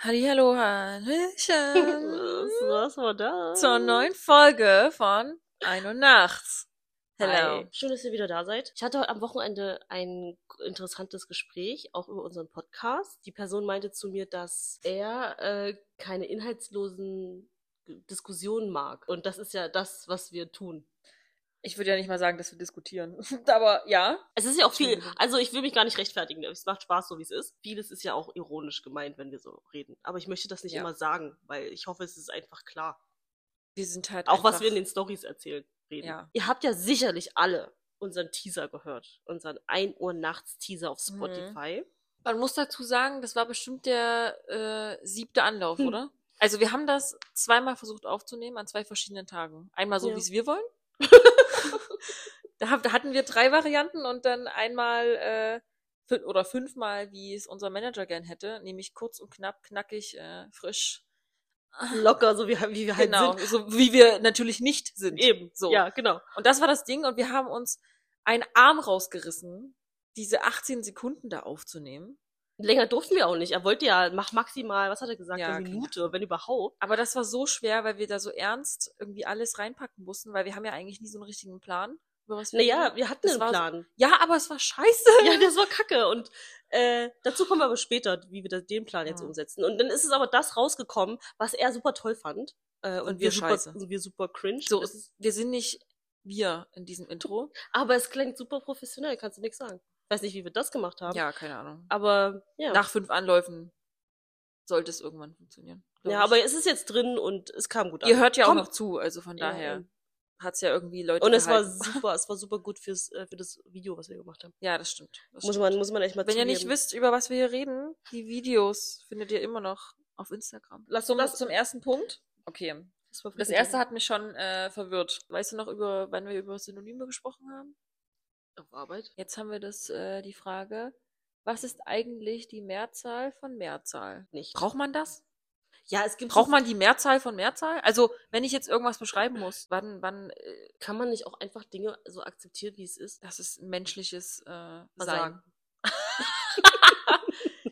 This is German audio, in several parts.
Hallihallo, Hallöchen Was, Äh, was war das? zur neuen Folge von Ein und Nachts. Hello. Hi. Schön, dass ihr wieder da seid. Ich hatte am Wochenende ein interessantes Gespräch, auch über unseren Podcast. Die Person meinte zu mir, dass er äh, keine inhaltslosen Diskussionen mag. Und das ist ja das, was wir tun. Ich würde ja nicht mal sagen, dass wir diskutieren, aber ja. Es ist ja auch viel, Entschuldigung. also ich will mich gar nicht rechtfertigen, es macht Spaß, so wie es ist. Vieles ist ja auch ironisch gemeint, wenn wir so reden. Aber ich möchte das nicht Ja. immer sagen, weil ich hoffe, es ist einfach klar. Wir sind halt Auch was einfach- wir in den Stories erzählen, reden. Ja. Ihr habt ja sicherlich alle unseren Teaser gehört. Unseren 1 Uhr nachts Teaser auf Mhm. Spotify. Man muss dazu sagen, das war bestimmt der äh, siebte Anlauf, oder? Also wir haben das zweimal versucht aufzunehmen an zwei verschiedenen Tagen. Einmal so, Ja. wie es wir wollen. da hab- da hatten wir drei Varianten und dann einmal äh, fün oder fünfmal, wie es unser Manager gern hätte, nämlich kurz und knapp, knackig, äh, frisch. Locker, so wie, wie wir halt Mhm. Genau, sind. so wie wir natürlich nicht sind. Eben, So. so. Ja, genau. Und das war das Ding und wir haben uns einen Arm rausgerissen, diese 18 Sekunden da aufzunehmen. Länger durften wir auch nicht. Er wollte ja, mach maximal, was hat er gesagt, Ja, eine klar. Minute, wenn überhaupt. Aber das war so schwer, weil wir da so ernst irgendwie alles reinpacken mussten, weil wir haben ja eigentlich nie so einen richtigen Plan, über was wir Naja, reden. wir Mhm. hatten Das einen war so- Plan. Ja, aber es war scheiße. Ja, das war kacke. Und äh, dazu kommen wir aber später, wie wir das, den Plan jetzt Ja. umsetzen. Und dann ist es aber das rausgekommen, was er super toll fand. Äh, und, Und wir wir, super, scheiße. Und wir super cringe. So, Es ist, wir sind nicht wir in diesem Intro. aber es klingt super professionell, kannst du nichts sagen. Weiß nicht, wie wir das gemacht haben. Ja, keine Ahnung. Aber ja. Nach fünf Anläufen sollte es irgendwann funktionieren. glaub ja, ich. aber es ist jetzt drin und es kam gut an. ihr hört ja auch Komm. noch zu, also von Ja, daher halt. eben. hat's ja irgendwie Leute Und es war gehalten. super, es war super gut fürs, äh, für das Video, was wir gemacht haben. Ja, das stimmt. Das Muss stimmt. man, muss man echt mal Also Wenn ihr nicht zugeben. wisst, über was wir hier reden, die Videos findet ihr immer noch auf Instagram. Lass- zum, lass- zum ersten Punkt. Okay. Das, war Das erste hat mich schon äh, verwirrt. Weißt du noch, über, wann wir über Synonyme gesprochen haben? auf Arbeit. Jetzt haben wir das, äh, die Frage, was ist eigentlich die Mehrzahl von Mehrzahl? Nicht. Braucht man das? ja, es gibt. Braucht man die Mehrzahl von Mehrzahl? Also, wenn ich jetzt irgendwas beschreiben muss, wann, wann, äh, Kann man nicht auch einfach Dinge so akzeptieren, wie es ist? das ist menschliches äh, Sein. Versagen.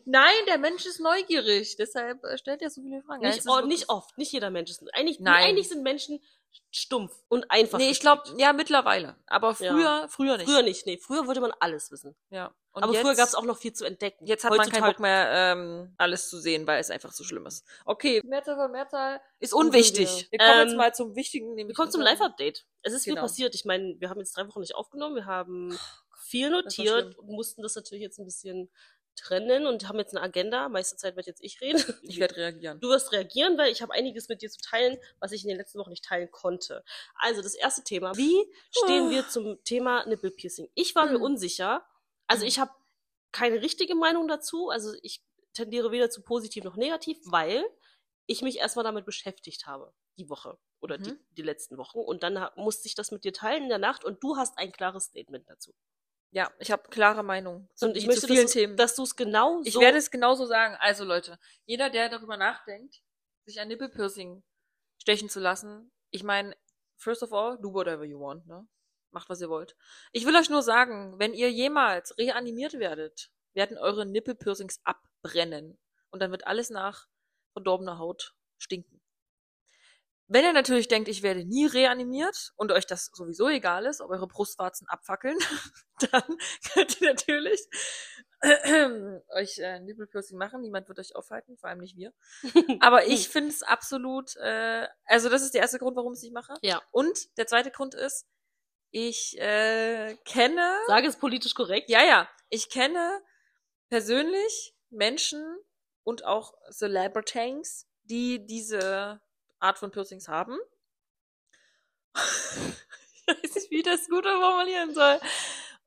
Nein, der Mensch ist neugierig, deshalb äh, stellt er so viele Fragen. Nein, es Nicht, ist oh, wirklich- nicht oft, nicht jeder Mensch ist. Eigentlich, Nein. eigentlich sind Menschen stumpf und einfach. Nee, ich gestrickt. glaube, ja, mittlerweile. Aber früher, früher nicht. Früher nicht, nee. Früher wollte man alles wissen. Ja. Und Aber früher jetzt- gab es auch noch viel zu entdecken. Jetzt hat man keinen Bock mehr, ähm, alles zu sehen, weil es einfach so schlimm ist. Okay. Mehrzahl von Mehrzahl ist unwichtig. unwichtig. Wir kommen Ähm, jetzt mal zum Wichtigen. nämlich Wir kommen zum unserem- Live-Update. Es ist Genau. Oh viel passiert. Ich meine, wir haben jetzt drei Wochen nicht aufgenommen. Wir haben viel war notiert schlimm. und mussten das natürlich jetzt ein bisschen trennen und haben jetzt eine Agenda. Meiste Zeit wird jetzt ich reden. Ich werde reagieren. Du wirst reagieren, weil ich habe einiges mit dir zu teilen, was ich in den letzten Wochen nicht teilen konnte. Also das erste Thema. Wie stehen Ah. wir zum Thema Nippelpiercing? Ich war mir Mhm. unsicher. Also Mhm. ich habe keine richtige Meinung dazu. Also ich tendiere weder zu positiv noch negativ, weil ich mich erstmal damit beschäftigt habe, die Woche oder die, Mhm. die letzten Wochen. Und dann ha- musste ich das mit dir teilen in der Nacht und du hast ein klares Statement dazu. Ja, ich habe klare Meinung zu, Und ich zu möchte, vielen dass, du- Themen. dass du es genau ich so... werde es genauso sagen. Also Leute, jeder, der darüber nachdenkt, sich ein Nippelpiercing stechen zu lassen, ich meine, first of all, do whatever you want, ne? Macht, was ihr wollt. Ich will euch nur sagen, wenn ihr jemals reanimiert werdet, werden eure Nippelpiercings abbrennen. Und dann wird alles nach verdorbener Haut stinken. Wenn ihr natürlich denkt, ich werde nie reanimiert und euch das sowieso egal ist, ob eure Brustwarzen abfackeln, dann könnt ihr natürlich euch äh, Nippelpiercing machen. Niemand wird euch aufhalten, vor allem nicht wir. Aber ich finde es absolut, äh, also das ist der erste Grund, warum ich es nicht mache. Ja. Und der zweite Grund ist, ich äh, kenne, Sage es politisch korrekt. ja, ja, ich kenne persönlich Menschen und auch Celebrities, die diese Art von Piercings haben. ich weiß nicht, wie ich das gut formulieren soll.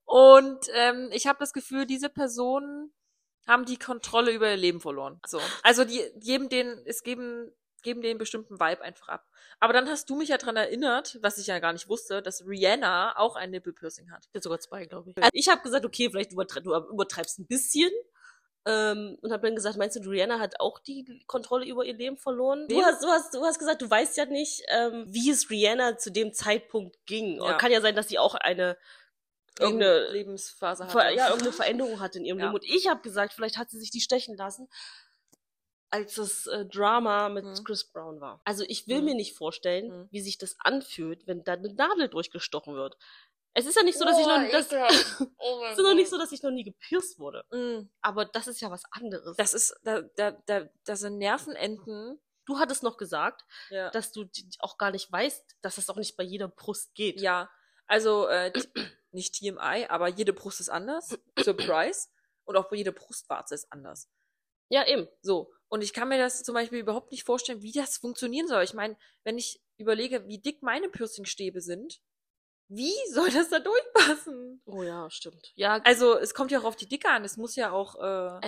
Und ähm, ich habe das Gefühl, diese Personen haben die Kontrolle über ihr Leben verloren. So. Also die geben den, es geben, geben den bestimmten Vibe einfach ab. Aber dann hast du mich ja dran erinnert, was ich ja gar nicht wusste, dass Rihanna auch ein Nippelpiercing hat. Ja, sogar zwei, glaube ich. Also ich habe gesagt, okay, vielleicht übertre du übertreibst ein bisschen. Ähm, und habe dann gesagt, meinst du, Rihanna hat auch die Kontrolle über ihr Leben verloren? Du Wem? hast, du, hast, du hast gesagt, du weißt ja nicht, ähm, wie es Rihanna zu dem Zeitpunkt ging. Ja. Oder Kann ja sein, dass sie auch eine irgendeine irgendeine, Lebensphase Ver hatte. ja, irgendeine Veränderung hatte in ihrem Ja. Leben. Und ich habe gesagt, vielleicht hat sie sich die stechen lassen, als das äh, Drama mit Mhm. Chris Brown war. Also ich will Mhm. mir nicht vorstellen, Mhm. wie sich das anfühlt, wenn da eine Nadel durchgestochen wird. Es ist ja nicht so, dass ich noch, das, Oh mein es ist noch nicht so, dass ich noch nie gepierst wurde. Mm, Aber das ist ja was anderes. Das ist, da, da, da, das sind Nervenenden. du hattest noch gesagt, Ja. dass du die- auch gar nicht weißt, dass es auch nicht bei jeder Brust geht. Ja, also äh, t- nicht TMI, aber jede Brust ist anders. Surprise. Und auch jede Brustwarze ist anders. Ja, eben. So. Und ich kann mir das zum Beispiel überhaupt nicht vorstellen, wie das funktionieren soll. Ich meine, wenn ich überlege, wie dick meine Piercingstäbe sind, wie soll das da durchpassen? Oh ja, stimmt. Ja, Also, es kommt ja auch auf die Dicke an. Es muss ja auch. Äh,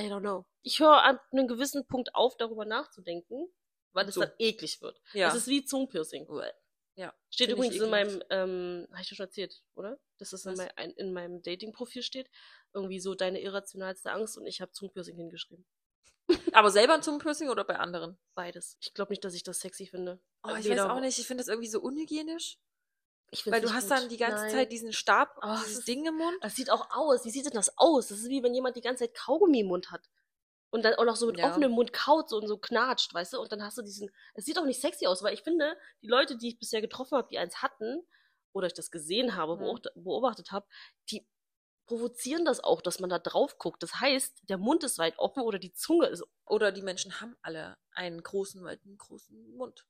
I don't know. Ich höre an einem gewissen Punkt auf, darüber nachzudenken, weil es So. dann eklig wird. ja. Es ist wie Zungenpiercing. Ja, Steht find ich übrigens in meinem, ekelhaft. ähm, habe ich dir schon erzählt, oder? Dass es in, Was? mein, ein, in meinem Dating-Profil steht. Irgendwie so deine irrationalste Angst und ich habe Zungenpiercing hingeschrieben. aber selber ein Zungenpiercing oder bei anderen? Beides. Ich glaube nicht, dass ich das sexy finde. Oh, ich Weder- weiß auch nicht. Ich finde das irgendwie so unhygienisch. Ich find's Weil du nicht hast gut. dann die ganze Nein. Zeit diesen Stab, Oh, das dieses ist- Ding im Mund. Das sieht auch aus. Wie sieht denn das aus? Das ist wie wenn jemand die ganze Zeit Kaugummi im Mund hat. Und dann auch noch so mit Ja. offenem Mund kaut so und so knatscht, weißt du? Und dann hast du diesen. Es sieht auch nicht sexy aus, weil ich finde, die Leute, die ich bisher getroffen habe, die eins hatten, oder ich das gesehen habe, Mhm. beobacht- beobachtet habe, die provozieren das auch, dass man da drauf guckt. Das heißt, der Mund ist weit offen oder die Zunge ist. Oder die Menschen haben alle einen großen, weiten, großen Mund.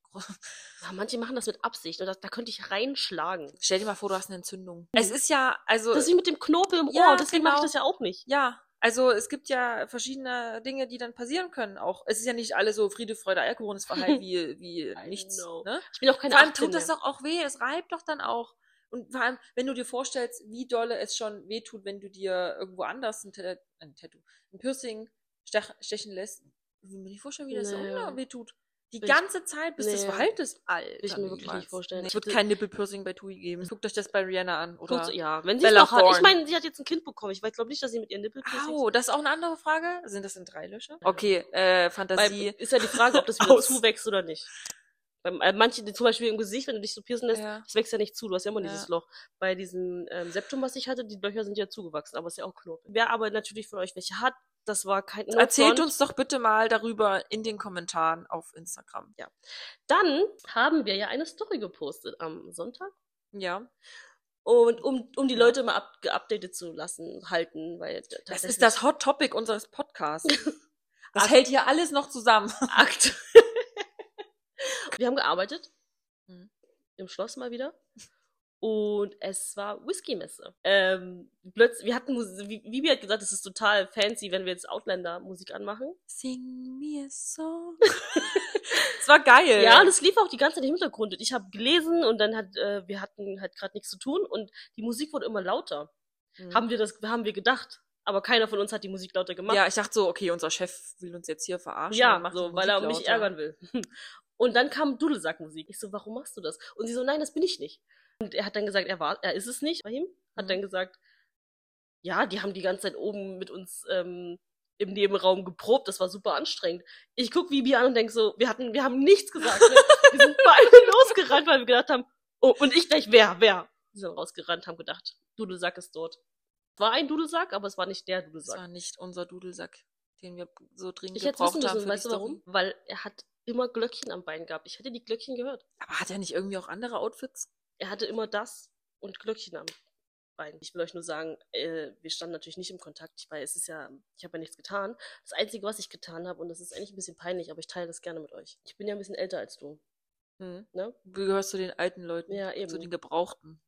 Ja, manche machen das mit Absicht und da, da könnte ich reinschlagen. Stell dir mal vor, du hast eine Entzündung. Es ist ja, also, Das ist wie mit dem Knorpel im Ohr, Ja, deswegen mache genau. ich das ja auch nicht. ja, also es gibt ja verschiedene Dinge, die dann passieren können auch. Es ist ja nicht alle so Friede, Freude, Eierkuchen, ist verhalten wie, wie I nichts. know. Ne? Ich bin auch keine Vor allem 18 tut das mehr. doch auch weh, es reibt doch dann auch. Und vor allem, wenn du dir vorstellst, wie dolle es schon weh tut, wenn du dir irgendwo anders ein, Tat- ein Tattoo, ein Piercing stach, stechen lässt, ich will mir nicht vorstellen, wie das so Nee. unter- weh tut. Die Will ich- ganze Zeit, bis das Nee. Verhalten ist alt. Will ich mir wirklich nicht vorstellen. Es Ich wird hatte- kein Nippelpiercing bei Tui geben. Äh, Guckt euch das bei Rihanna an, oder? Kurz, ja, wenn sie es Bella noch hat. Ich Thorne. meine, sie hat jetzt ein Kind bekommen. Ich glaube nicht, dass sie mit ihren Nippel Au, das ist auch eine andere Frage. Sind das denn drei Löcher? Okay, äh, Weil, Fantasie. ist ja die Frage, ob das wieder Aus. zuwächst oder nicht. Bei äh, manchen, die zum Beispiel im Gesicht, wenn du dich so piercen lässt, Ja. das wächst ja nicht zu. Du hast ja immer Ja. dieses Loch. Bei diesem ähm, Septum, was ich hatte, die Löcher sind ja zugewachsen, aber ist ja auch Knorpel. Wer aber natürlich von euch welche hat, das war kein no Erzählt front. uns doch bitte mal darüber in den Kommentaren auf Instagram. Dann haben wir ja eine Story gepostet am Sonntag. Ja. Und um, um die Ja. Leute mal ab- geupdatet zu lassen, halten, weil Das tatsächlich- ist das Hot Topic unseres Podcasts. Das Akt- hält hier alles noch zusammen. Akt. Wir haben gearbeitet. Mhm. Im Schloss mal wieder. Und es war Whisky-Messe. Ähm, plötzlich, wir hatten, Mus- wie Vivi hat gesagt, es ist total fancy, wenn wir jetzt Outlander-Musik anmachen. Sing me a song. das war geil. Ja, und es lief auch die ganze Zeit im Hintergrund. Und ich habe gelesen und dann hat, äh, wir hatten halt gerade nichts zu tun und die Musik wurde immer lauter. Mhm. Haben wir das, haben wir gedacht. Aber keiner von uns hat die Musik lauter gemacht. ja, ich dachte so, okay, unser Chef will uns jetzt hier verarschen. Ja, und macht so, die weil er Musik mich lauter. ärgern will. Und dann kam Dudelsackmusik. Ich so, warum machst du das? Und sie so, nein, das bin ich nicht. Und er hat dann gesagt, er war, er ist es nicht. Bei ihm hat Mhm. dann gesagt, ja, die haben die ganze Zeit oben mit uns ähm, im Nebenraum geprobt. Das war super anstrengend. Ich guck Vivi an und denk so, wir hatten, wir haben nichts gesagt. Ne? Wir sind beide losgerannt, weil wir gedacht haben, oh, und ich gleich, wer, wer? Wir sind rausgerannt, haben gedacht, Dudelsack ist dort. War ein Dudelsack, aber es war nicht der Das Dudelsack. war nicht unser Dudelsack, den wir so dringend Ich hätte gebraucht wissen haben. müssen, für weißt die du Story. warum? Weil er hat immer Glöckchen am Bein gehabt. Ich hätte die Glöckchen gehört. Aber hat er nicht irgendwie auch andere Outfits? Er hatte immer das und Glöckchen am Bein. Ich will euch nur sagen, äh, wir standen natürlich nicht im Kontakt, weil es ist ja, ich habe ja nichts getan. Das Einzige, was ich getan habe, und das ist eigentlich ein bisschen peinlich, aber ich teile das gerne mit euch. Ich bin ja ein bisschen älter als du. Hm. Ne? Du gehörst zu den alten Leuten, Ja, eben. zu den Gebrauchten.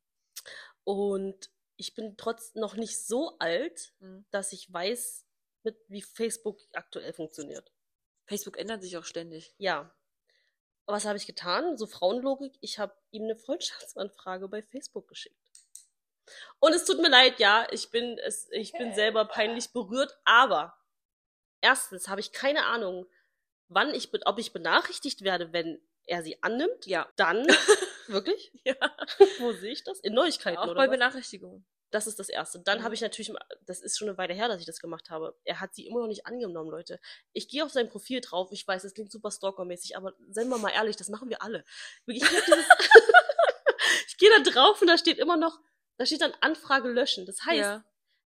Und ich bin trotz noch nicht so alt, Hm. dass ich weiß, mit, wie Facebook aktuell funktioniert. Facebook ändert sich auch ständig. Ja. Was habe ich getan? So Frauenlogik. Ich habe ihm eine Freundschaftsanfrage bei Facebook geschickt. Und es tut mir leid, ja, ich bin, es, ich bin selber peinlich berührt, aber erstens habe ich keine Ahnung, wann ich, be- ob ich benachrichtigt werde, wenn er sie annimmt. Ja. Dann, wirklich? Ja. Wo sehe ich das? In Neuigkeiten Auch oder bei was? Benachrichtigungen. Das ist das Erste. Dann Mhm. habe ich natürlich, mal- das ist schon eine Weile her, dass ich das gemacht habe. Er hat sie immer noch nicht angenommen, Leute. Ich gehe auf sein Profil drauf. Ich weiß, das klingt super stalkermäßig, aber seien wir mal ehrlich, das machen wir alle. Wirklich, Ich, hab dieses- ich gehe da drauf und da steht immer noch, da steht dann Anfrage löschen. Das heißt, ja.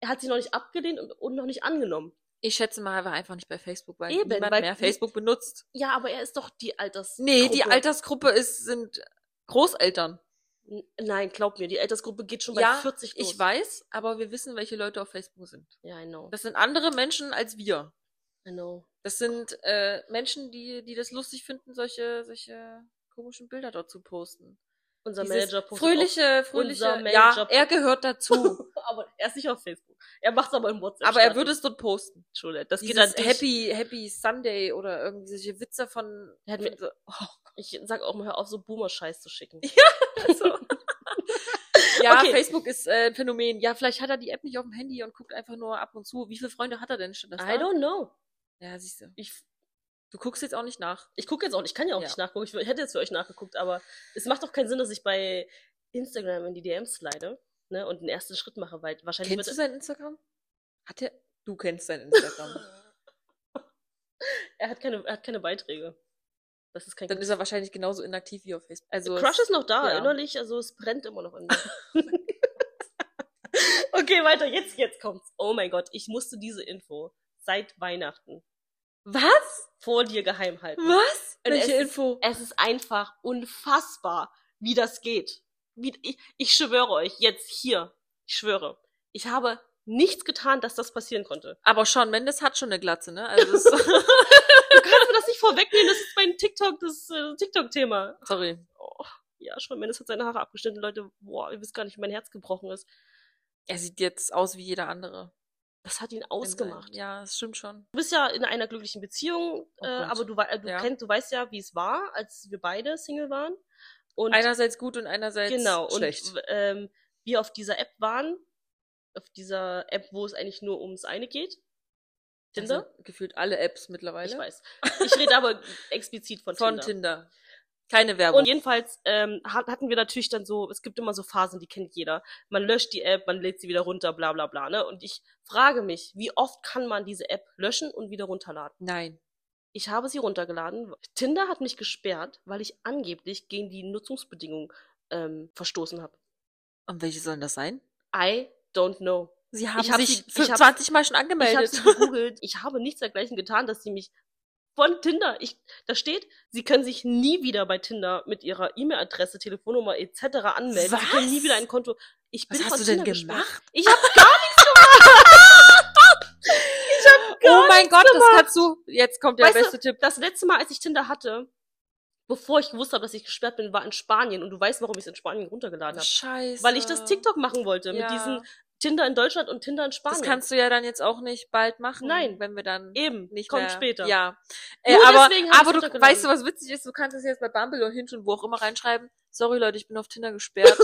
er hat sie noch nicht abgelehnt und, und noch nicht angenommen. Ich schätze mal, er war einfach nicht bei Facebook, weil Eben, niemand weil mehr die- Facebook benutzt. Ja, aber er ist doch die Alters. Nee, die Gruppe. Altersgruppe ist, sind Großeltern. N- Nein, glaub mir, die Altersgruppe geht schon bei Ja, 40 los. Ich weiß, aber wir wissen, welche Leute auf Facebook sind. Ja, I know. Das sind andere Menschen als wir. I know. Das sind äh, Menschen, die, die das lustig finden, solche, solche komischen Bilder dort zu posten. Unser Dieses Manager postet fröhliche, fröhliche. Unser ja, Manager- er gehört dazu. Auch, aber er ist nicht auf Facebook. Er macht's aber im WhatsApp. aber er würde es dort posten. schon. Das geht Dieses dann Happy, Happy Sunday oder irgendwie solche Witze von. oh, Hätten wir- Ich sag auch mal, hör auf, so Boomer-Scheiß zu schicken. so. ja, Okay. Facebook ist äh, ein Phänomen. Ja, vielleicht hat er die App nicht auf dem Handy und guckt einfach nur ab und zu. Wie viele Freunde hat er denn schon? I don't know. Ja, siehst du. Ich, Du guckst jetzt auch nicht nach. ich gucke jetzt auch nicht, ich kann ja auch Ja. nicht nachgucken. Ich hätte jetzt für euch nachgeguckt, aber es macht doch keinen Sinn, dass ich bei Instagram in die DMs slide ne, und den ersten Schritt mache, weil wahrscheinlich Kennst du wird sein Instagram? Hat er. Du kennst sein Instagram. er hat keine, er hat keine Beiträge. Das ist kein Dann ist er wahrscheinlich genauso inaktiv wie auf Facebook. Also Crush ist noch da, ja. innerlich, also es brennt immer noch in mir. okay, weiter, jetzt, jetzt kommt's. Oh mein Gott, ich musste diese Info seit Weihnachten Was? vor dir geheim halten. Was? Und Welche es ist- Info? Es ist einfach unfassbar, wie das geht. Wie, ich, ich schwöre euch, jetzt hier, ich schwöre, ich habe nichts getan, dass das passieren konnte. Aber Sean Mendes hat schon eine Glatze, ne? Also es- Du kannst mir das nicht vorwegnehmen, das ist mein TikTok, das äh, TikTok-Thema. sorry. Oh, ja, schon Mendes hat seine Haare abgeschnitten, Leute, boah, ihr wisst gar nicht, wie mein Herz gebrochen ist. Er sieht jetzt aus wie jeder andere. Das hat ihn In seinem- ausgemacht. Ja, das stimmt schon. Du bist ja in einer glücklichen Beziehung, Oh äh, Gott. aber du, wei- du, Ja. kennst, du weißt ja, wie es war, als wir beide Single waren. Und einerseits gut und einerseits genau, schlecht. und w- ähm, wir auf dieser App waren, auf dieser App, wo es eigentlich nur ums eine geht. Also Tinder? gefühlt alle Apps mittlerweile. ich weiß. Ich rede aber explizit von, Von Tinder. Tinder. Keine Werbung. Und jedenfalls ähm, hat- hatten wir natürlich dann so, es gibt immer so Phasen, die kennt jeder. Man löscht die App, man lädt sie wieder runter, bla bla bla. Ne? Und ich frage mich, wie oft kann man diese App löschen und wieder runterladen? Nein. Ich habe sie runtergeladen. Tinder hat mich gesperrt, weil ich angeblich gegen die Nutzungsbedingungen ähm, verstoßen habe. Und welche sollen das sein? I don't know. Sie haben hab sich sie- ich hab- 20 Mal schon Ich habe angemeldet. sie gegoogelt. Ich habe nichts dergleichen getan, dass sie mich von Tinder, ich, da steht, sie können sich nie wieder bei Tinder mit ihrer E-Mail-Adresse, Telefonnummer etc. anmelden. Sie können nie Was? wieder ein Konto. Ich Was bin hast von du denn Tinder gesperrt. gemacht? Ich habe Oh mein Gott, das kannst du. Jetzt kommt der Weißt du- beste Tipp. das letzte Mal, als ich Tinder hatte, bevor ich gewusst habe, dass ich gesperrt bin, war in Spanien und du weißt, warum ich es in Spanien runtergeladen habe. Scheiße. Weil ich das TikTok machen wollte Ja. mit diesen Tinder in Deutschland und Tinder in Spanien. Das kannst du ja dann jetzt auch nicht bald machen. Nein. Wenn wir dann eben, nicht kommt mehr. später. Ja. Äh, Nur aber deswegen hab aber ich's du runtergeladen. weißt du, was witzig ist? Du kannst es jetzt bei Bumble und Hinge und wo auch immer reinschreiben. Sorry Leute, ich bin auf Tinder gesperrt.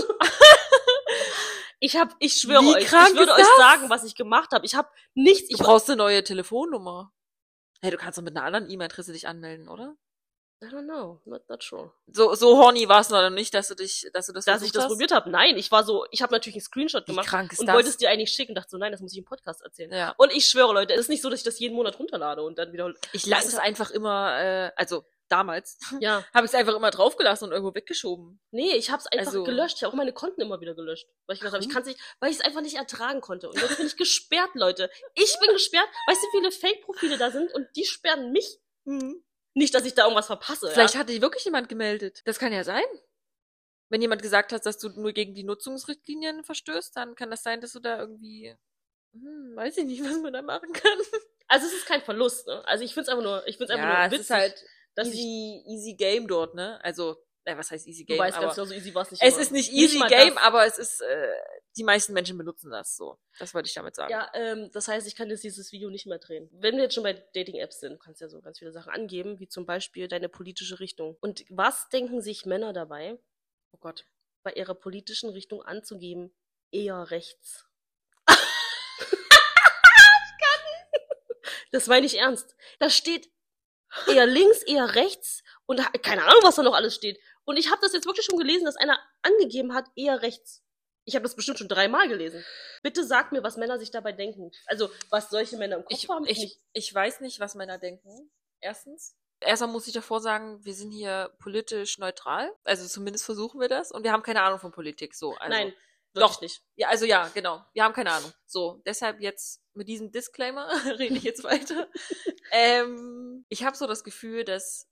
Ich hab, ich schwöre Wie euch, ich krank würde ist euch das? sagen, was ich gemacht habe. Ich habe nichts, du ich brauchst eine neue Telefonnummer. Hey, du kannst doch mit einer anderen E-Mail-Adresse dich anmelden, oder? I don't know, not, not sure. So, so horny war es noch nicht, dass du dich, dass du das Dass ich versucht das hast? probiert habe. Nein, ich war so, ich habe natürlich einen Screenshot Wie gemacht krank ist und das? wollte es dir eigentlich schicken, dachte so, nein, das muss ich im Podcast erzählen. ja. Und ich schwöre, Leute, es ist nicht so, dass ich das jeden Monat runterlade und dann wieder. Ich lasse es einfach immer, äh, also damals Ja. habe ich es einfach immer draufgelassen und irgendwo weggeschoben. Nee, ich habe es einfach Also- Mhm. gelöscht. Ich habe auch meine Konten immer wieder gelöscht. Weil ich gedacht habe, ich Warum? kann nicht, weil ich es einfach nicht ertragen konnte. Und jetzt bin ich gesperrt, Leute. Ich bin gesperrt. Weißt du, wie viele Fake-Profile da sind und die sperren mich? Nicht, dass ich da irgendwas verpasse. Mhm. Vielleicht ja? hatte dich wirklich jemand gemeldet. Das kann ja sein. Wenn jemand gesagt hat, dass du nur gegen die Nutzungsrichtlinien verstößt, dann kann das sein, dass du da irgendwie, hm, weiß ich nicht, was man da machen kann. Also es ist kein Verlust. Ne? Also ich find's einfach nur, ich find's einfach nur witzig, dass ich, halt easy, easy Game dort, ne? Also, äh, was heißt easy du Game? weißt ganz aber genau, so easy war's nicht. es aber- ist nicht nicht easy mal Game, das. aber es ist, äh, die meisten Menschen benutzen das so. Das wollte ich damit sagen. Ja, ähm, das heißt, ich kann jetzt dieses Video nicht mehr drehen. Wenn wir jetzt schon bei Dating-Apps sind, du kannst ja so ganz viele Sachen angeben, wie zum Beispiel deine politische Richtung. Und was denken sich Männer dabei, Oh Gott. bei ihrer politischen Richtung anzugeben? Eher rechts. Das meine ich ernst. Da steht eher links, eher rechts und ha- keine Ahnung, was da noch alles steht. Und ich habe das jetzt wirklich schon gelesen, dass einer angegeben hat, eher rechts. Ich habe das bestimmt schon dreimal gelesen. Bitte sagt mir, was Männer sich dabei denken. Also, was solche Männer im Kopf ich, haben. finde ich, ich weiß nicht, was Männer denken. Erstens. Erstmal muss ich davor sagen, wir sind hier politisch neutral. Also zumindest versuchen wir das. Und wir haben keine Ahnung von Politik. So, also Nein, Wirklich Doch. nicht. Ja, also ja, genau. Wir haben keine Ahnung. So, deshalb jetzt mit diesem Disclaimer rede ich jetzt weiter. ähm, ich habe so das Gefühl, dass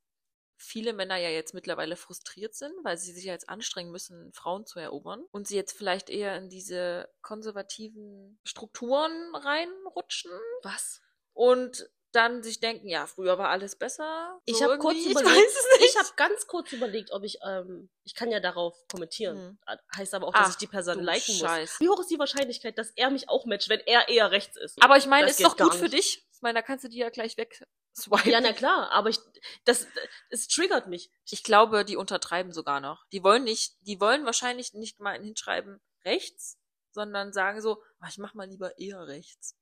viele Männer ja jetzt mittlerweile frustriert sind, weil sie sich ja jetzt anstrengen müssen, Frauen zu erobern und sie jetzt vielleicht eher in diese konservativen Strukturen reinrutschen Was? und dann sich denken, ja, früher war alles besser. Ich hab kurz irgendwie, überlegt, ich weiß es nicht. Ich habe ganz kurz überlegt, ob ich, ähm, ich kann ja darauf kommentieren. Äh, Heißt aber auch, Hm. Ach, dass ich die Person liken muss. Scheiß. Wie hoch ist die Wahrscheinlichkeit, dass er mich auch matcht, wenn er eher rechts ist? Aber ich meine, Das ist geht doch gar gut für nicht. dich. Ich meine, da kannst du die ja gleich weg swipen. ja, na klar, aber ich, das, es triggert mich. Ich glaube, die untertreiben sogar noch. Die wollen nicht, die wollen wahrscheinlich nicht mal hinschreiben rechts, sondern sagen so, "Ah, ich mach mal lieber eher rechts.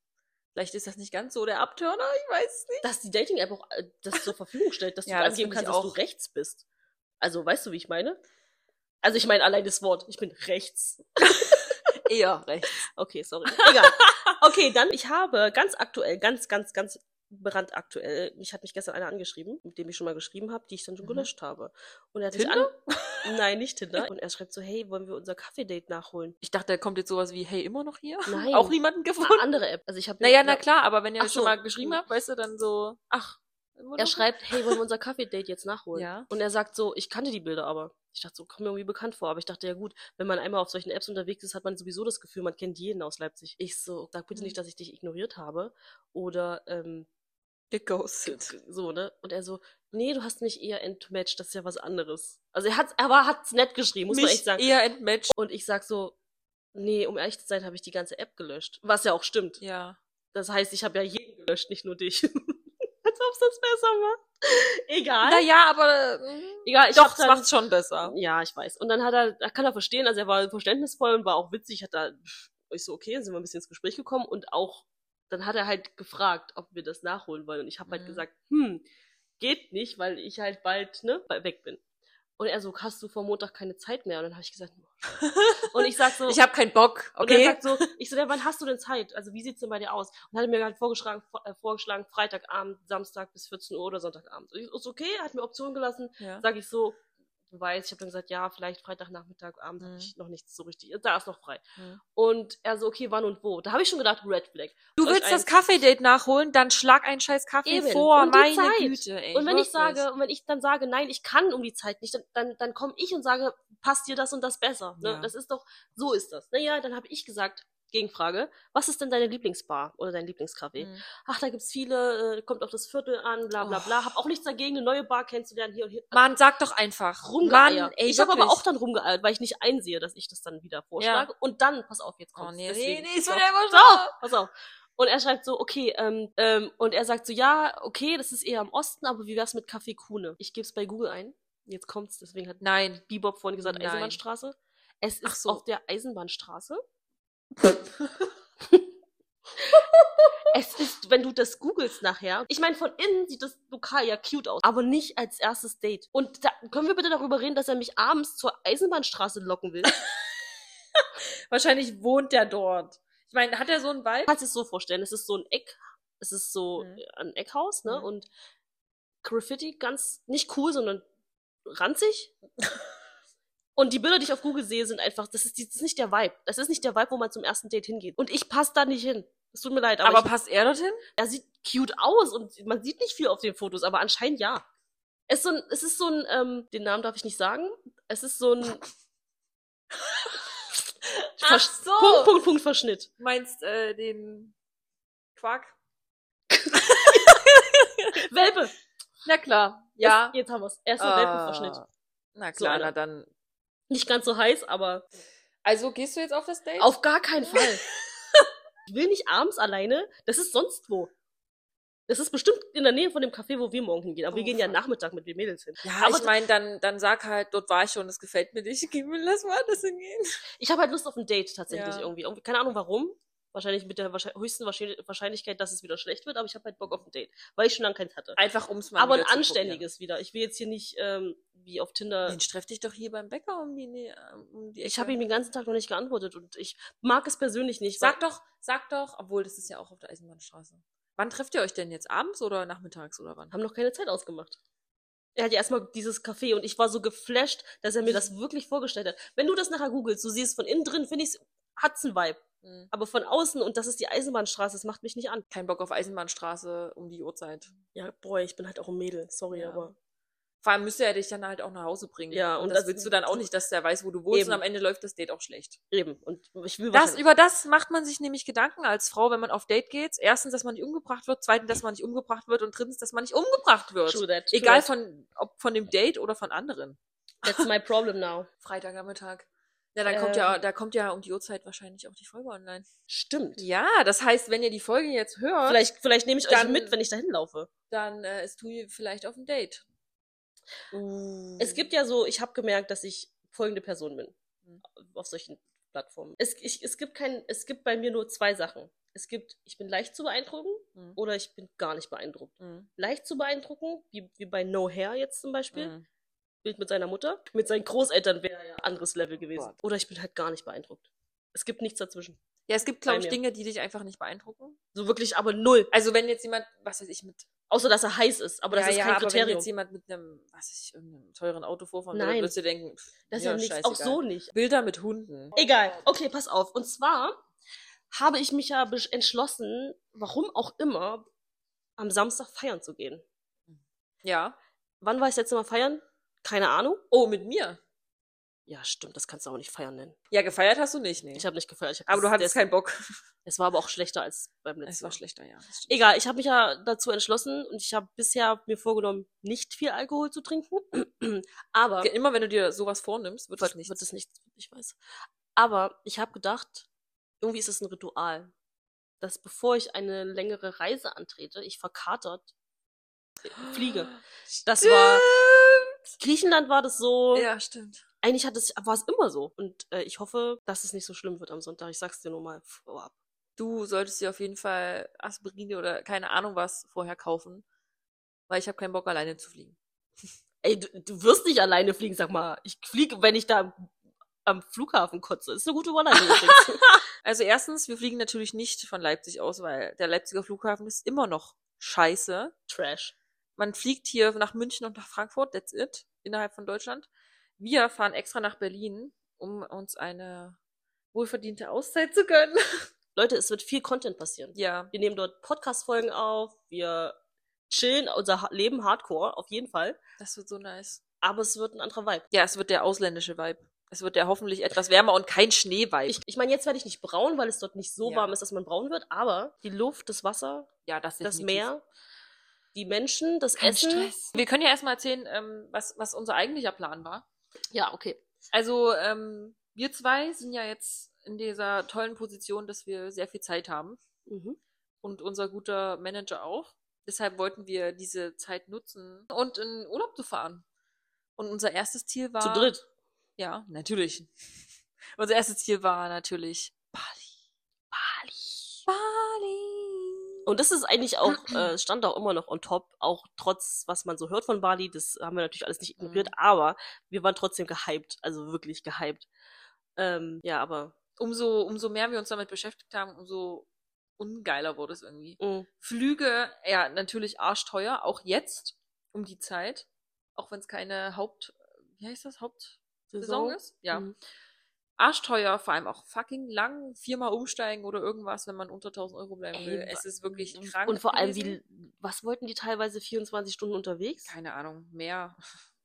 Vielleicht ist das nicht ganz so der Abtörner, ich weiß es nicht. dass die Dating-App auch äh, das zur Verfügung stellt, dass Ja, du das angeben finde ich kannst, dass du auch. rechts bist. Also, weißt du, wie ich meine? Also, ich meine allein das Wort. Ich bin rechts. Eher rechts. Okay, sorry. Egal. Okay, dann, ich habe ganz aktuell, ganz, ganz, ganz brandaktuell, mich hat mich gestern einer angeschrieben, mit dem ich schon mal geschrieben habe, die ich dann schon Mhm. gelöscht habe. Und er hat Tinder? mich an... Nein, nicht Tinder. Und er schreibt so, hey, wollen wir unser Kaffee-Date nachholen? Ich dachte, da kommt jetzt sowas wie, hey, immer noch hier? Nein. Auch niemanden Eine gefunden? andere App. Also, ich habe... naja, na klar, aber wenn ihr Ach schon so. mal geschrieben habt, weißt du, dann so, ach, immer Er noch? schreibt, hey, wollen wir unser Kaffee-Date jetzt nachholen? Ja. Und er sagt so, ich kannte die Bilder aber. Ich dachte so, kommen mir irgendwie bekannt vor. Aber ich dachte, ja gut, wenn man einmal auf solchen Apps unterwegs ist, hat man sowieso das Gefühl, man kennt jeden aus Leipzig. Ich so, sag bitte Mhm. nicht, dass ich dich ignoriert habe. Oder, ähm, geghostet. so, ne? Und er so, nee, du hast mich eher entmatcht, das ist ja was anderes. Also er hat's, er war, hat's nett geschrieben, muss Mich eh. man echt sagen. eher entmatcht. Und ich sag so, nee, um ehrlich zu sein, habe ich die ganze App gelöscht. Was ja auch stimmt. Ja. Das heißt, ich habe ja jeden gelöscht, nicht nur dich. Als ob's das besser macht. Egal. Naja, aber mm, Egal, ich doch, hab das dann, macht's schon besser. Ja, ich weiß. Und dann hat er, da kann er verstehen, also er war verständnisvoll und war auch witzig, hat da, ich so, okay, sind wir ein bisschen ins Gespräch gekommen und auch, dann hat er halt gefragt, ob wir das nachholen wollen und ich habe halt Mhm. gesagt, hm, geht nicht, weil ich halt bald, ne, bei- weg bin. Und er so, hast du vor Montag keine Zeit mehr? Und dann habe ich gesagt, und ich sag so, Ich habe keinen Bock, und er okay? sagt so, ich so, ja, wann hast du denn Zeit? Also wie sieht's denn bei dir aus? Und hat er mir halt vorgeschlagen, vor- äh, vorgeschlagen, Freitagabend, Samstag bis 14 Uhr oder Sonntagabend. Und ich, ist okay, er hat mir Optionen gelassen, Ja. sage ich so, du weißt, ich habe dann gesagt, ja, vielleicht Freitagnachmittag, Abend Mhm. habe ich noch nichts so richtig, da ist noch frei. Mhm. Und er so, okay, wann und wo? Da habe ich schon gedacht, Red Flag. Du Und willst das eins- Kaffee-Date nachholen, dann schlag einen scheiß Kaffee Eben. vor, Und die meine Zeit. Güte, ey. und wenn ich wirklich. sage, und wenn ich dann sage, nein, ich kann um die Zeit nicht, dann, dann, dann komme ich und sage, passt dir das und das besser. Ne? Ja. Das ist doch, so ist das. Naja, dann habe ich gesagt, Gegenfrage, was ist denn deine Lieblingsbar oder dein Lieblingscafé? Mhm. Ach, da gibt's viele, äh, kommt auf das Viertel an, bla bla Oh. bla. Hab auch nichts dagegen, eine neue Bar kennenzulernen, hier und hier. Mann, sag doch einfach. rumgeeiert. Mann, ey, ich habe aber wirklich. auch dann rumgeeiert, weil ich nicht einsehe, dass ich das dann wieder vorschlage. Und dann, pass auf, jetzt Oh, kommt's. nee, nee, Deswegen. nee, es Doch, wird ja immer doch, so. pass auf. Und er schreibt so, okay, ähm, ähm, und er sagt so, ja, okay, das ist eher im Osten, aber wie wär's mit Café Kuhne? Ich geb's bei Google ein. Jetzt kommt's, deswegen hat Nein. Bebop vorhin gesagt, Nein. Eisenbahnstraße. Es Ach ist so. auf der Eisenbahnstraße. es ist, wenn du das googelst nachher, ich meine, von innen sieht das Lokal ja cute aus, aber nicht als erstes Date. Und da können wir bitte darüber reden, dass er mich abends zur Eisenbahnstraße locken will. Wahrscheinlich wohnt der dort. Ich meine, hat er so einen Wald? kannst es so vorstellen, es ist so ein Eck, es ist so Mhm. ein Eckhaus, ne? Mhm. Und Graffiti ganz nicht cool, sondern ranzig. Und die Bilder, die ich auf Google sehe, sind einfach, das ist, die- das ist nicht der Vibe. Das ist nicht der Vibe, wo man zum ersten Date hingeht. Und ich passe da nicht hin. Es tut mir leid, aber, Aber ich, passt er dorthin? er sieht cute aus und man sieht nicht viel auf den Fotos, aber anscheinend ja. Es ist so ein, es ist so ein ähm, den Namen darf ich nicht sagen. Es ist so ein Ach Versch- so. Punkt, Punkt, Punkt, Verschnitt. Meinst äh, den Quark? Welpe. Na klar. Ja. Es, jetzt haben wir es. Er ist ein Ah, Welpenverschnitt. Na So klar, einer. na dann. Nicht ganz so heiß, aber Also gehst du jetzt auf das Date? auf gar keinen Fall. ich will nicht abends alleine. Das ist sonst wo. Das ist bestimmt in der Nähe von dem Café, wo wir morgen hingehen. Aber wir Oh, gehen ja fuck. Nachmittag mit wir Mädels hin. ja, aber- ich meine, dann, dann sag halt, dort war ich schon, das gefällt mir nicht. Geh mir, lass mal das hingehen. Ich habe halt Lust auf ein Date tatsächlich Ja. irgendwie. irgendwie. Keine Ahnung warum. Wahrscheinlich mit der wahrscheinlich- höchsten Wahrscheinlich- Wahrscheinlichkeit, dass es wieder schlecht wird. Aber ich habe halt Bock auf ein Date, weil ich schon lange keins hatte. Einfach ums mal aber ein wieder zu probieren. anständiges wieder. Ich will jetzt hier nicht ähm, wie auf Tinder. Mensch, treff dich doch hier beim Bäcker um die, Nä- um die Ecke. ich habe ihm den ganzen Tag noch nicht geantwortet und ich mag es persönlich nicht. weil- Sag doch, sag doch, obwohl das ist ja auch auf der Eisenbahnstraße. Wann trefft ihr euch denn jetzt abends oder nachmittags oder wann? haben noch keine Zeit ausgemacht. er hat ja erstmal dieses Café und ich war so geflasht, dass er mir das wirklich vorgestellt hat. Wenn du das nachher googelst, du siehst von innen drin, finde ich, hat's ein Vibe. Mhm. Aber von außen, und das ist die Eisenbahnstraße, das macht mich nicht an. Kein Bock auf Eisenbahnstraße um die Uhrzeit. Ja, boah, ich bin halt auch ein Mädel, sorry, Ja. aber. Vor allem müsste er dich dann halt auch nach Hause bringen. Ja, und, und das, das- willst du dann auch nicht, dass der weiß, wo du wohnst Eben. und am Ende läuft das Date auch schlecht. Eben. Und ich will Das, wahrscheinlich- über das macht man sich nämlich Gedanken als Frau, wenn man auf Date geht. Erstens, dass man nicht umgebracht wird, zweitens, dass man nicht umgebracht wird und drittens, dass man nicht umgebracht wird. True that. True Egal that. von ob von dem Date oder von anderen. That's my problem now. Freitagnachmittag. Ja, dann kommt ja, Ähm. da kommt ja um die Uhrzeit wahrscheinlich auch die Folge online. Stimmt. Ja, das heißt, wenn ihr die Folge jetzt hört, Vielleicht, vielleicht nehme ich euch Dann- mit, wenn ich dahin laufe. dann äh, ist Tui vielleicht auf dem Date. Uh. Es gibt ja so, ich habe gemerkt, dass ich folgende Person bin Mhm. auf solchen Plattformen. Es, ich, es gibt kein, es gibt bei mir nur zwei Sachen. Es gibt, ich bin leicht zu beeindrucken Mhm. oder ich bin gar nicht beeindruckt. Mhm. Leicht zu beeindrucken, wie, wie bei No Hair jetzt zum Beispiel, Mhm. Bild mit seiner Mutter. Mit seinen Großeltern wäre ja anderes Level gewesen. Oh Gott. Oder ich bin halt gar nicht beeindruckt. Es gibt nichts dazwischen. Ja, es gibt, Bei glaube ich, mir. Dinge, die dich einfach nicht beeindrucken. So wirklich aber null. Also wenn jetzt jemand, was weiß ich, mit Außer, dass er heiß ist, aber das ja, ist ja, kein aber Wenn Kriterium. jetzt jemand mit einem, was weiß ich, irgendeinem teuren Auto vorfahren würde, Nein. würdest du denken, pff, Das ist mir ja nichts. scheißegal. Auch so nicht. Bilder mit Hunden. Egal. Okay, pass auf. Und zwar habe ich mich ja besch- entschlossen, warum auch immer, am Samstag feiern zu gehen. Ja. Wann war ich das letzte Mal feiern? Keine Ahnung. Oh, mit mir. Ja, stimmt, das kannst du auch nicht feiern nennen. Ja, gefeiert hast du nicht, nee. Ich habe nicht gefeiert. Ich hab aber du das- hattest keinen Bock. Es war aber auch schlechter als beim letzten Es Mal. war schlechter, ja. das stimmt. Egal, ich habe mich ja dazu entschlossen und ich habe bisher mir vorgenommen, nicht viel Alkohol zu trinken. aber Ge- Immer wenn du dir sowas vornimmst, wird das nicht. wird es nicht, ich weiß. Aber ich habe gedacht, irgendwie ist es ein Ritual, dass bevor ich eine längere Reise antrete, ich verkatert äh, fliege. Das war Griechenland war das so. Ja, stimmt. Eigentlich hat es war es immer so und äh, ich hoffe, dass es nicht so schlimm wird am Sonntag. Ich sag's dir nur mal vorab. Du solltest dir auf jeden Fall Aspirine oder keine Ahnung was vorher kaufen, weil ich habe keinen Bock alleine zu fliegen. Ey, du, du wirst nicht alleine fliegen, sag mal. Ich fliege, wenn ich da am, am Flughafen kotze. Ist eine gute Überleitung übrigens. Also erstens, wir fliegen natürlich nicht von Leipzig aus, weil der Leipziger Flughafen ist immer noch scheiße. Trash. Man fliegt hier nach München und nach Frankfurt, that's it, innerhalb von Deutschland. Wir fahren extra nach Berlin, um uns eine wohlverdiente Auszeit zu gönnen. Leute, es wird viel Content passieren. ja, Wir nehmen dort Podcast-Folgen auf, wir chillen unser Ha- Leben hardcore, auf jeden Fall. das wird so nice. Aber es wird ein anderer Vibe. Ja, es wird der ausländische Vibe. Es wird der hoffentlich etwas wärmer und kein Schnee-Vibe. Ich, ich meine, jetzt werde ich nicht braun, weil es dort nicht so Ja. warm ist, dass man braun wird, aber die Luft, das Wasser, ja, das, das definitiv. Meer, die Menschen, das Kein Essen. Stress. Wir können ja erstmal erzählen, ähm, was, was unser eigentlicher Plan war. Ja, okay. Also, ähm, wir zwei sind ja jetzt in dieser tollen Position, dass wir sehr viel Zeit haben Mhm. und unser guter Manager auch. Deshalb wollten wir diese Zeit nutzen und in Urlaub zu fahren. Und unser erstes Ziel war. Zu dritt. Ja, natürlich. unser erstes Ziel war natürlich Bali. Bali. Bali. Und das ist eigentlich auch, äh, stand auch immer noch on top, auch trotz, was man so hört von Bali, das haben wir natürlich alles Mhm. nicht ignoriert, aber wir waren trotzdem gehypt, also wirklich gehypt. Ähm, ja, aber Umso, umso mehr wir uns damit beschäftigt haben, umso ungeiler wurde es irgendwie. mh. Flüge, ja, natürlich arschteuer, auch jetzt um die Zeit, auch wenn es keine Haupt, wie heißt das, Hauptsaison ist? Ja. Mhm. Arschteuer, vor allem auch fucking lang, viermal umsteigen oder irgendwas, wenn man unter 1000 Euro bleiben Ey, will. wa- es ist wirklich krank. Und vor allem, gewesen. wie, was wollten die teilweise 24 Stunden unterwegs? Keine Ahnung, mehr.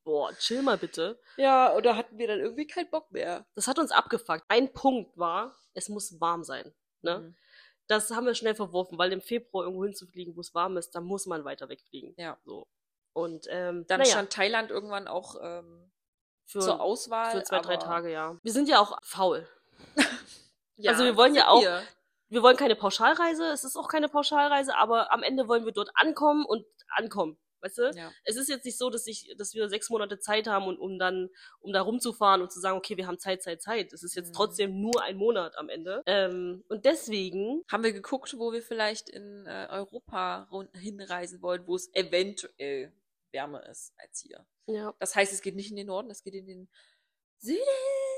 Boah, chill mal bitte. Ja, oder hatten wir dann irgendwie keinen Bock mehr. Das hat uns abgefuckt. Ein Punkt war, es muss warm sein. Ne? Mhm. Das haben wir schnell verworfen, weil im Februar irgendwo hinzufliegen, wo es warm ist, da muss man weiter wegfliegen. Ja. So. Und ähm, Dann naja, stand Thailand irgendwann auch ähm, für, zur Auswahl. für zwei, drei aber- Tage, ja. Wir sind ja auch faul. Ja, Also wir wollen ja auch- wir. Wir wollen keine Pauschalreise, es ist auch keine Pauschalreise, aber am Ende wollen wir dort ankommen und ankommen. Weißt du? Ja. es ist jetzt nicht so, dass ich, dass wir sechs Monate Zeit haben und um dann, um da rumzufahren und zu sagen, okay, wir haben Zeit, Zeit, Zeit. Es ist jetzt Mhm. trotzdem nur ein Monat am Ende. Ähm, und deswegen, Haben wir geguckt, wo wir vielleicht in äh, Europa run- hinreisen wollen, wo es eventuell wärmer ist als hier. ja, Das heißt, es geht nicht in den Norden, es geht in den Süden.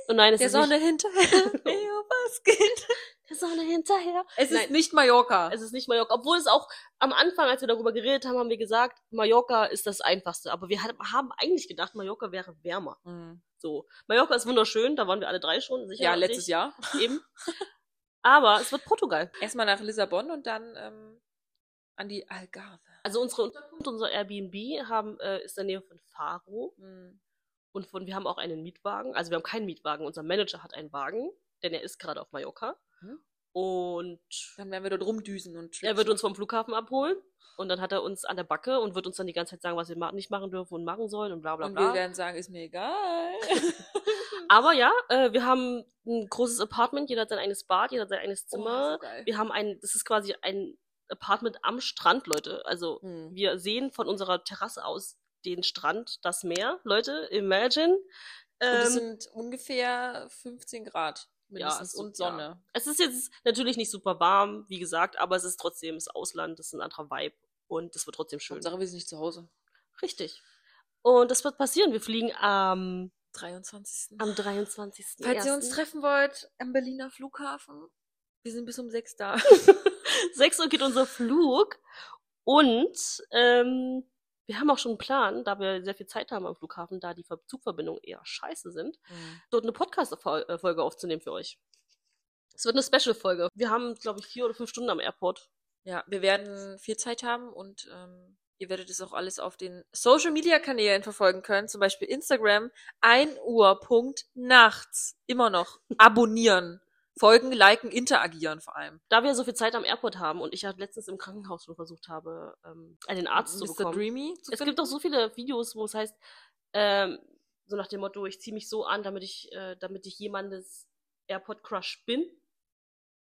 Und nein, es Der ist nicht Sonne hinterher. Leo Baskin. der Sonne hinterher. Es Nein. ist nicht Mallorca. Es ist nicht Mallorca. Obwohl es auch am Anfang, als wir darüber geredet haben, haben wir gesagt, Mallorca ist das Einfachste. Aber wir hat- haben eigentlich gedacht, Mallorca wäre wärmer. Mhm. So. Mallorca ist wunderschön, da waren wir alle drei schon, sicher. ja, letztes Jahr. Jahr. Eben. Aber es wird Portugal. Erstmal nach Lissabon und dann ähm, an die Algarve. Also unsere Unterkunft, unser Airbnb haben, äh, ist in der Nähe von Faro. Mhm. Und von, wir haben auch einen Mietwagen. Also wir haben keinen Mietwagen. Unser Manager hat einen Wagen, denn er ist gerade auf Mallorca. Mhm. Und Dann werden wir dort rumdüsen und Er wird uns vom Flughafen abholen und dann hat er uns an der Backe und wird uns dann die ganze Zeit sagen, was wir ma nicht machen dürfen und machen sollen und bla bla Und wir bla. werden sagen, ist mir egal. Aber ja, äh, wir haben ein großes Apartment, jeder hat sein eigenes Bad, jeder hat sein eigenes Zimmer. Oh, so geil. wir haben ein, das ist quasi ein Apartment am Strand, Leute. Also Hm. wir sehen von unserer Terrasse aus den Strand, das Meer. Leute, imagine. Und es Ähm, sind ungefähr 15 Grad mindestens ist und so- ja. Sonne. es ist jetzt natürlich nicht super warm, wie gesagt, aber es ist trotzdem das Ausland, das ist ein anderer Vibe und es wird trotzdem schön. Hauptsache, wir sind nicht zu Hause. Richtig. Und das wird passieren. Wir fliegen am, 23. am 23. Falls ihr uns treffen wollt, am Berliner Flughafen. Wir sind bis um 6 da. Hm. 6 Uhr geht unser Flug. Und ähm, wir haben auch schon einen Plan, da wir sehr viel Zeit haben am Flughafen, da die Ver- Zugverbindungen eher scheiße sind, dort eine Podcast-Folge aufzunehmen für euch. Es wird eine Special-Folge. Wir haben, glaube ich, vier oder fünf Stunden am Airport. Ja, wir werden viel Zeit haben und ähm, ihr werdet es auch alles auf den Social Media Kanälen verfolgen können, zum Beispiel Instagram, 1 Uhr Punkt nachts. Immer noch abonnieren, folgen, liken, interagieren vor allem. Da wir so viel Zeit am Airport haben und ich ja letztens im Krankenhaus schon versucht habe, ähm, einen Arzt zu Mr. bekommen. Dreamy zu Es gibt auch so viele Videos, wo es heißt, ähm, so nach dem Motto, ich ziehe mich so an, damit ich, äh, damit ich jemandes Airpod Crush bin.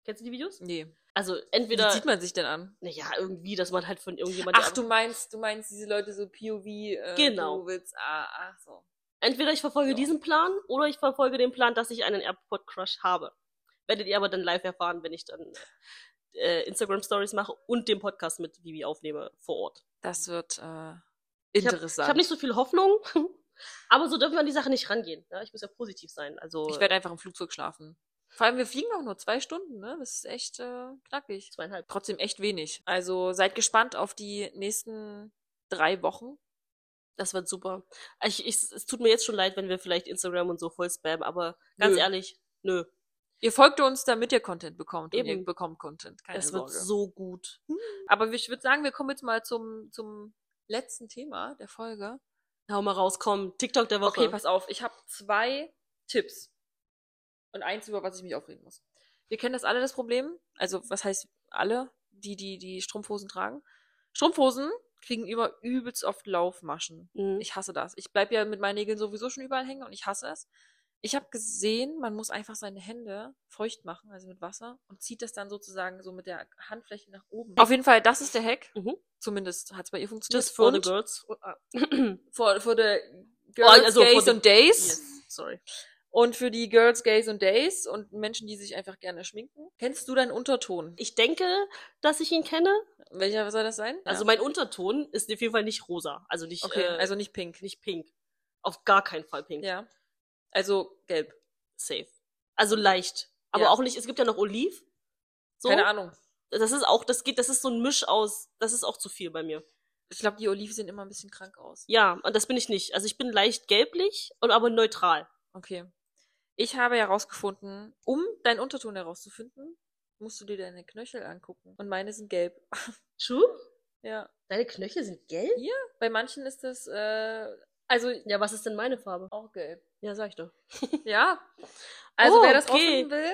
Kennst du die Videos? Nee. Also Hm. Wie entweder, zieht man sich denn an? naja, irgendwie, dass man halt von irgendjemandem. Ach, du meinst, du meinst diese Leute so POV, äh, Genau. Du willst, ah, ach so. Entweder ich verfolge Ja. diesen Plan oder ich verfolge den Plan, dass ich einen Airpod Crush habe. Werdet ihr aber dann live erfahren, wenn ich dann äh, Instagram Stories mache und den Podcast mit Vivi aufnehme vor Ort. Das wird äh, Ich hab- interessant. Ich habe nicht so viel Hoffnung, aber so dürfen wir an die Sache nicht rangehen. Ja? Ich muss ja positiv sein. Also Ich werde einfach im Flugzeug schlafen. Vor allem, wir fliegen auch nur zwei Stunden, ne? Das ist echt äh, knackig. zweieinhalb. Trotzdem echt wenig. Also seid gespannt auf die nächsten drei Wochen. Das wird super. Ich, ich, es tut mir jetzt schon leid, wenn wir vielleicht Instagram und so voll spammen, aber ganz Nö. ehrlich, nö. Ihr folgt uns, damit ihr Content bekommt. Und Eben. ihr bekommt Content. Keine es wird Sorge. so gut. Aber ich würde sagen, wir kommen jetzt mal zum, zum letzten Thema der Folge. Hau mal raus, komm. TikTok der Woche. Okay, pass auf. Ich habe zwei Tipps. Und eins, über was ich mich aufregen muss. Wir kennen das alle, das Problem. Also, was heißt alle? Die, die, die Strumpfhosen tragen. Strumpfhosen kriegen über übelst oft Laufmaschen. Mhm. Ich hasse das. Ich bleib ja mit meinen Nägeln sowieso schon überall hängen und ich hasse es. Ich habe gesehen, man muss einfach seine Hände feucht machen, also mit Wasser, und zieht das dann sozusagen so mit der Handfläche nach oben. Auf jeden Fall, das ist der Hack. Mhm. Zumindest hat's bei ihr funktioniert. Just for the Und girls. Oh, ah. For, for the Girls, also for Gays the- und Days. yes, sorry. Und für die Girls, Gays und Days und Menschen, die sich einfach gerne schminken. Kennst du deinen Unterton? Ich denke, dass ich ihn kenne. Welcher soll das sein? Also Ja. mein Unterton ist auf jeden Fall nicht rosa. Also nicht, Okay, äh, also nicht pink. nicht pink. Auf gar keinen Fall pink. Ja. Also gelb. Safe. Also leicht. Aber Ja. auch nicht, es gibt ja noch Oliv. So. Keine Ahnung. Das ist auch, das geht, das ist so ein Misch aus, das ist auch zu viel bei mir. Ich glaube, die Oliven sehen immer ein bisschen krank aus. Ja, und das bin ich nicht. Also ich bin leicht gelblich und aber neutral. Okay. Ich habe herausgefunden, um deinen Unterton herauszufinden, musst du dir deine Knöchel angucken. Und meine sind gelb. True? Ja. Deine Knöchel sind gelb? Bei manchen ist das, äh, also Ja, was ist denn meine Farbe? auch gelb. Ja, sag ich doch. Ja. Also Oh, wer das okay. rausfinden will,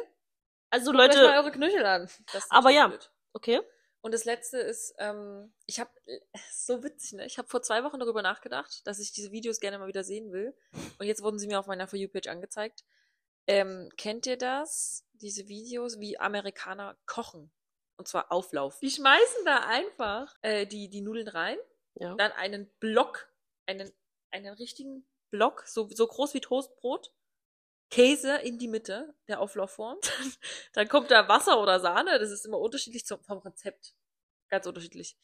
Also guckt euch mal Leute, eure Knöchel an. Das ist Aber natürlich ja. blöd. okay. Und das letzte ist, ähm, ich habe, so witzig, ne? Ich habe vor zwei Wochen darüber nachgedacht, dass ich diese Videos gerne mal wieder sehen will. Und jetzt wurden sie mir auf meiner For You-Page angezeigt. Ähm, kennt ihr das? Diese Videos, wie Amerikaner kochen. Und zwar Auflauf. Die schmeißen da einfach äh, die, die Nudeln rein, Ja. dann einen Block, einen, einen richtigen Block, so, so groß wie Toastbrot, Käse in die Mitte der Auflaufform. Dann, dann kommt da Wasser oder Sahne. Das ist immer unterschiedlich zum, vom Rezept. Ganz unterschiedlich.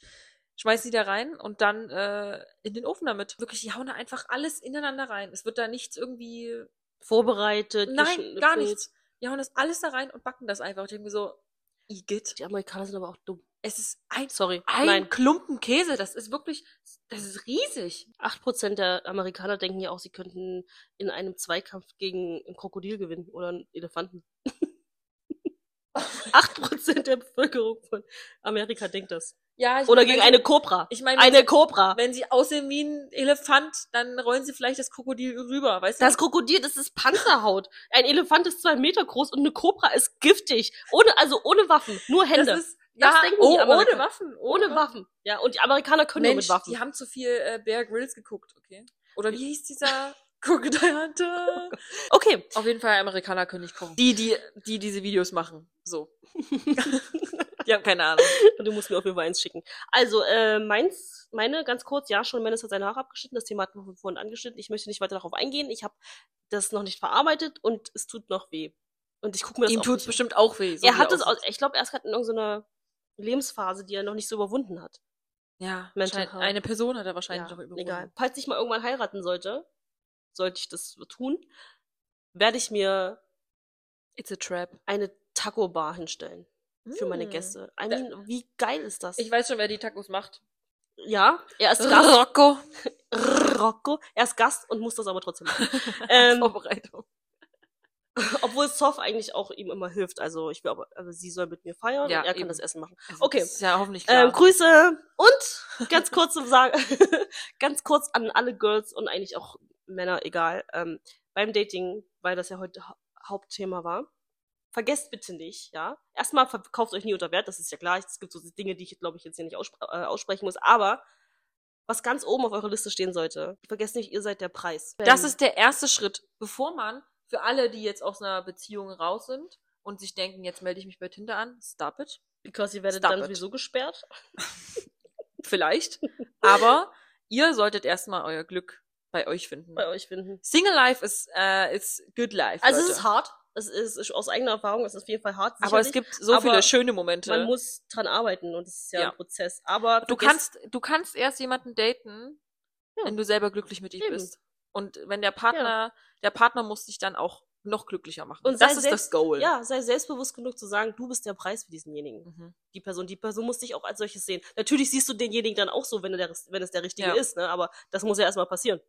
Schmeißen die da rein und dann äh, in den Ofen damit. Wirklich, die hauen da einfach alles ineinander rein. Es wird da nichts irgendwie vorbereitet. Nein, geschnippelt. gar nichts. Die hauen das alles da rein und backen das einfach. Ich denke mir so, Igitt. Die Amerikaner sind aber auch dumm. Es ist ein, Sorry. ein Nein. Klumpen Käse. Das ist wirklich, das ist riesig. 8% der Amerikaner denken ja auch, sie könnten in einem Zweikampf gegen ein Krokodil gewinnen oder einen Elefanten. 8% der Bevölkerung von Amerika denkt das. Ja, ich Oder meine, gegen Also wenn- eine Kobra. Ich meine, wenn Eine sie- Kobra. Wenn sie aussehen wie ein Elefant, dann rollen sie vielleicht das Krokodil rüber, weißt Das du? Krokodil, das ist Panzerhaut. Ein Elefant ist zwei Meter groß und eine Kobra ist giftig. Ohne, also ohne Waffen, nur Hände. Das ist, ja, denken die oh, Amerikaner. ohne Waffen. ohne Waffen. Ja, und die Amerikaner können Mensch, nur mit Waffen. die haben zu viel äh, Bear Grylls geguckt, okay? Oder wie hieß dieser Crocodile Hunter? Okay. Auf jeden Fall Amerikaner können nicht kochen. Die, die, die diese Videos machen. So. die haben keine Ahnung. Du musst mir auf jeden Fall eins schicken. Also, äh, meins, meine, ganz kurz, ja, schon Mendes hat seine Haare abgeschnitten, das Thema hatten wir vorhin angeschnitten. Ich möchte nicht weiter darauf eingehen. Ich habe das noch nicht verarbeitet und es tut noch weh. Und ich gucke mir das Ihm auch tut's nicht. bestimmt auch weh. so Er wie hat es, aussieht. aus, ich glaube, er ist gerade in irgendeiner Lebensphase, die er noch nicht so überwunden hat. Ja, Mental scheint- Health. eine Person hat er wahrscheinlich noch überwunden. Egal. Falls ich mal irgendwann heiraten sollte, sollte ich das tun, werde ich mir It's a trap. eine Taco-Bar hinstellen für meine Mm. Gäste. I mean, wie geil ist das? Ich weiß schon, wer die Tacos macht. ja, er ist Gast, Rocco. Rocco, er ist Gast und muss das aber trotzdem machen. ähm, Vorbereitung. obwohl Sof eigentlich auch ihm immer hilft. Also ich glaube, also sie soll mit mir feiern Ja, und er kann eben. das Essen machen. Okay. Okay. Ist ja hoffentlich klar. Ähm, Grüße und ganz kurz zum Sagen, ganz kurz an alle Girls und eigentlich auch Männer, egal, ähm, beim Dating, weil das ja heute Hau- Hauptthema war. Vergesst bitte nicht, ja. Erstmal verkauft euch nie unter Wert, das ist ja klar. Es gibt so Dinge, die ich, glaube ich, jetzt hier nicht ausspr äh, aussprechen muss. Aber was ganz oben auf eurer Liste stehen sollte, vergesst nicht, ihr seid der Preis. Das ist der erste Schritt, bevor man für alle, die jetzt aus einer Beziehung raus sind und sich denken, jetzt melde ich mich bei Tinder an, stop it. because ihr werdet Stop dann it. sowieso gesperrt. Vielleicht. Aber ihr solltet erstmal euer Glück bei euch finden. Bei euch finden. Single Life ist, äh, ist good life. Also Leute. es ist hart. Es ist ist aus eigener Erfahrung, es ist auf jeden Fall hart. aber es sicherlich. gibt so aber viele schöne Momente. Man muss dran arbeiten und es ist ja, Ja. ein Prozess. Aber du vergesst- kannst, du kannst erst jemanden daten, Ja. wenn du selber glücklich mit ihm Eben. bist. Und wenn der Partner, der Partner muss dich dann auch noch glücklicher machen. das Und sei ist das selbst- Goal. ja sei selbstbewusst genug zu sagen, du bist der Preis für diesenjenigen. Mhm. Die Person, die Person muss dich auch als solches sehen. Natürlich siehst du denjenigen dann auch so, wenn, du der, wenn es der richtige Ja. ist, ne? Aber das muss ja erstmal passieren.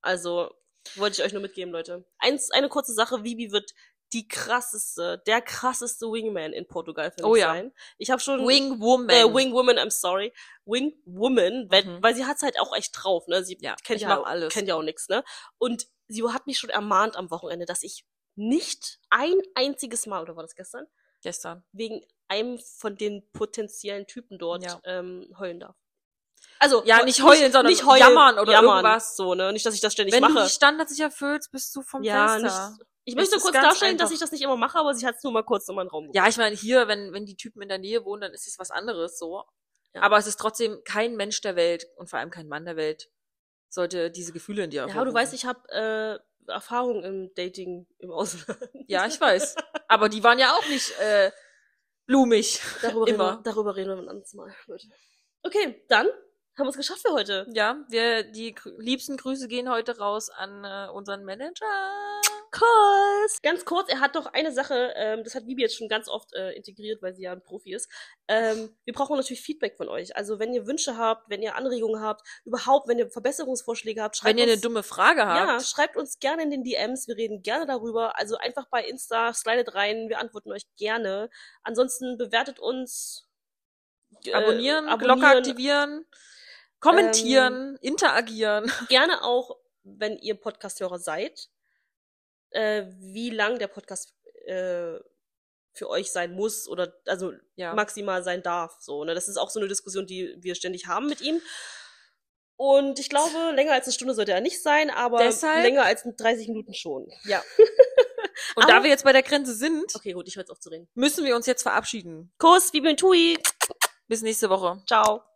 Also wollte ich euch nur mitgeben, Leute. Eins, eine kurze Sache: Vivi wird die krasseste, der krasseste Wingman in Portugal für mich Oh ja. sein. Ich habe schon Wing Woman. Äh, Wing Woman, I'm sorry. Wing Woman, weil, Mhm. weil sie hat's halt auch echt drauf, ne? Sie Ja, kennt ich ja hab alles. kennt ja auch nichts, ne? Und sie hat mich schon ermahnt am Wochenende, dass ich nicht ein einziges Mal, oder war das gestern, Gestern. wegen einem von den potenziellen Typen dort Ja. ähm, heulen darf. Also Ja, heu- nicht heulen, sondern jammern oder irgendwas. so, ne? Nicht, dass ich das ständig Wenn du mache. die Standards nicht erfüllst, bist du vom ja, Fenster. nicht, ich möchte ist kurz ganz darstellen, dass einfach. ich das nicht immer mache, aber sie hat's nur mal kurz in meinen Raum gebracht. Ja, ich meine, hier, wenn, wenn die Typen in der Nähe wohnen, dann ist es was anderes so. Ja. Aber es ist trotzdem kein Mensch der Welt und vor allem kein Mann der Welt sollte diese Gefühle in dir Ja, aber du hervorrufen. weißt, ich habe äh, Erfahrung im Dating im Ausland. Ja, ich weiß. Aber die waren ja auch nicht äh, blumig. Darüber, Immer. Reden wir, darüber reden wir ein anderes Mal, Leute. Okay, dann haben wir es geschafft für heute. Ja, wir die grü- liebsten Grüße gehen heute raus an äh, unseren Manager. Kurs. Ganz kurz, er hat doch eine Sache, ähm, das hat Bibi jetzt schon ganz oft äh, integriert, weil sie ja ein Profi ist. Ähm, wir brauchen natürlich Feedback von euch. Also wenn ihr Wünsche habt, wenn ihr Anregungen habt, überhaupt, wenn ihr Verbesserungsvorschläge habt, schreibt Wenn ihr eine uns, dumme Frage habt, ja, schreibt uns gerne in den DMs, wir reden gerne darüber. Also einfach bei Insta, slidet rein, wir antworten euch gerne. Ansonsten bewertet uns. äh, abonnieren, Glocke aktivieren, kommentieren, Ähm. interagieren. gerne auch, wenn ihr Podcast-Hörer seid, äh, wie lang der Podcast äh, für euch sein muss oder also Ja. maximal sein darf. So, ne? Das ist auch so eine Diskussion, die wir ständig haben mit ihm. Und ich glaube, länger als eine Stunde sollte er nicht sein, aber Deshalb- länger als 30 Minuten schon. Ja. Und da Aber- wir jetzt bei der Grenze sind, Okay, gut, ich höre jetzt auf zu reden. müssen wir uns jetzt verabschieden. Kuss, Bibel und Tui. Bis nächste Woche. Ciao.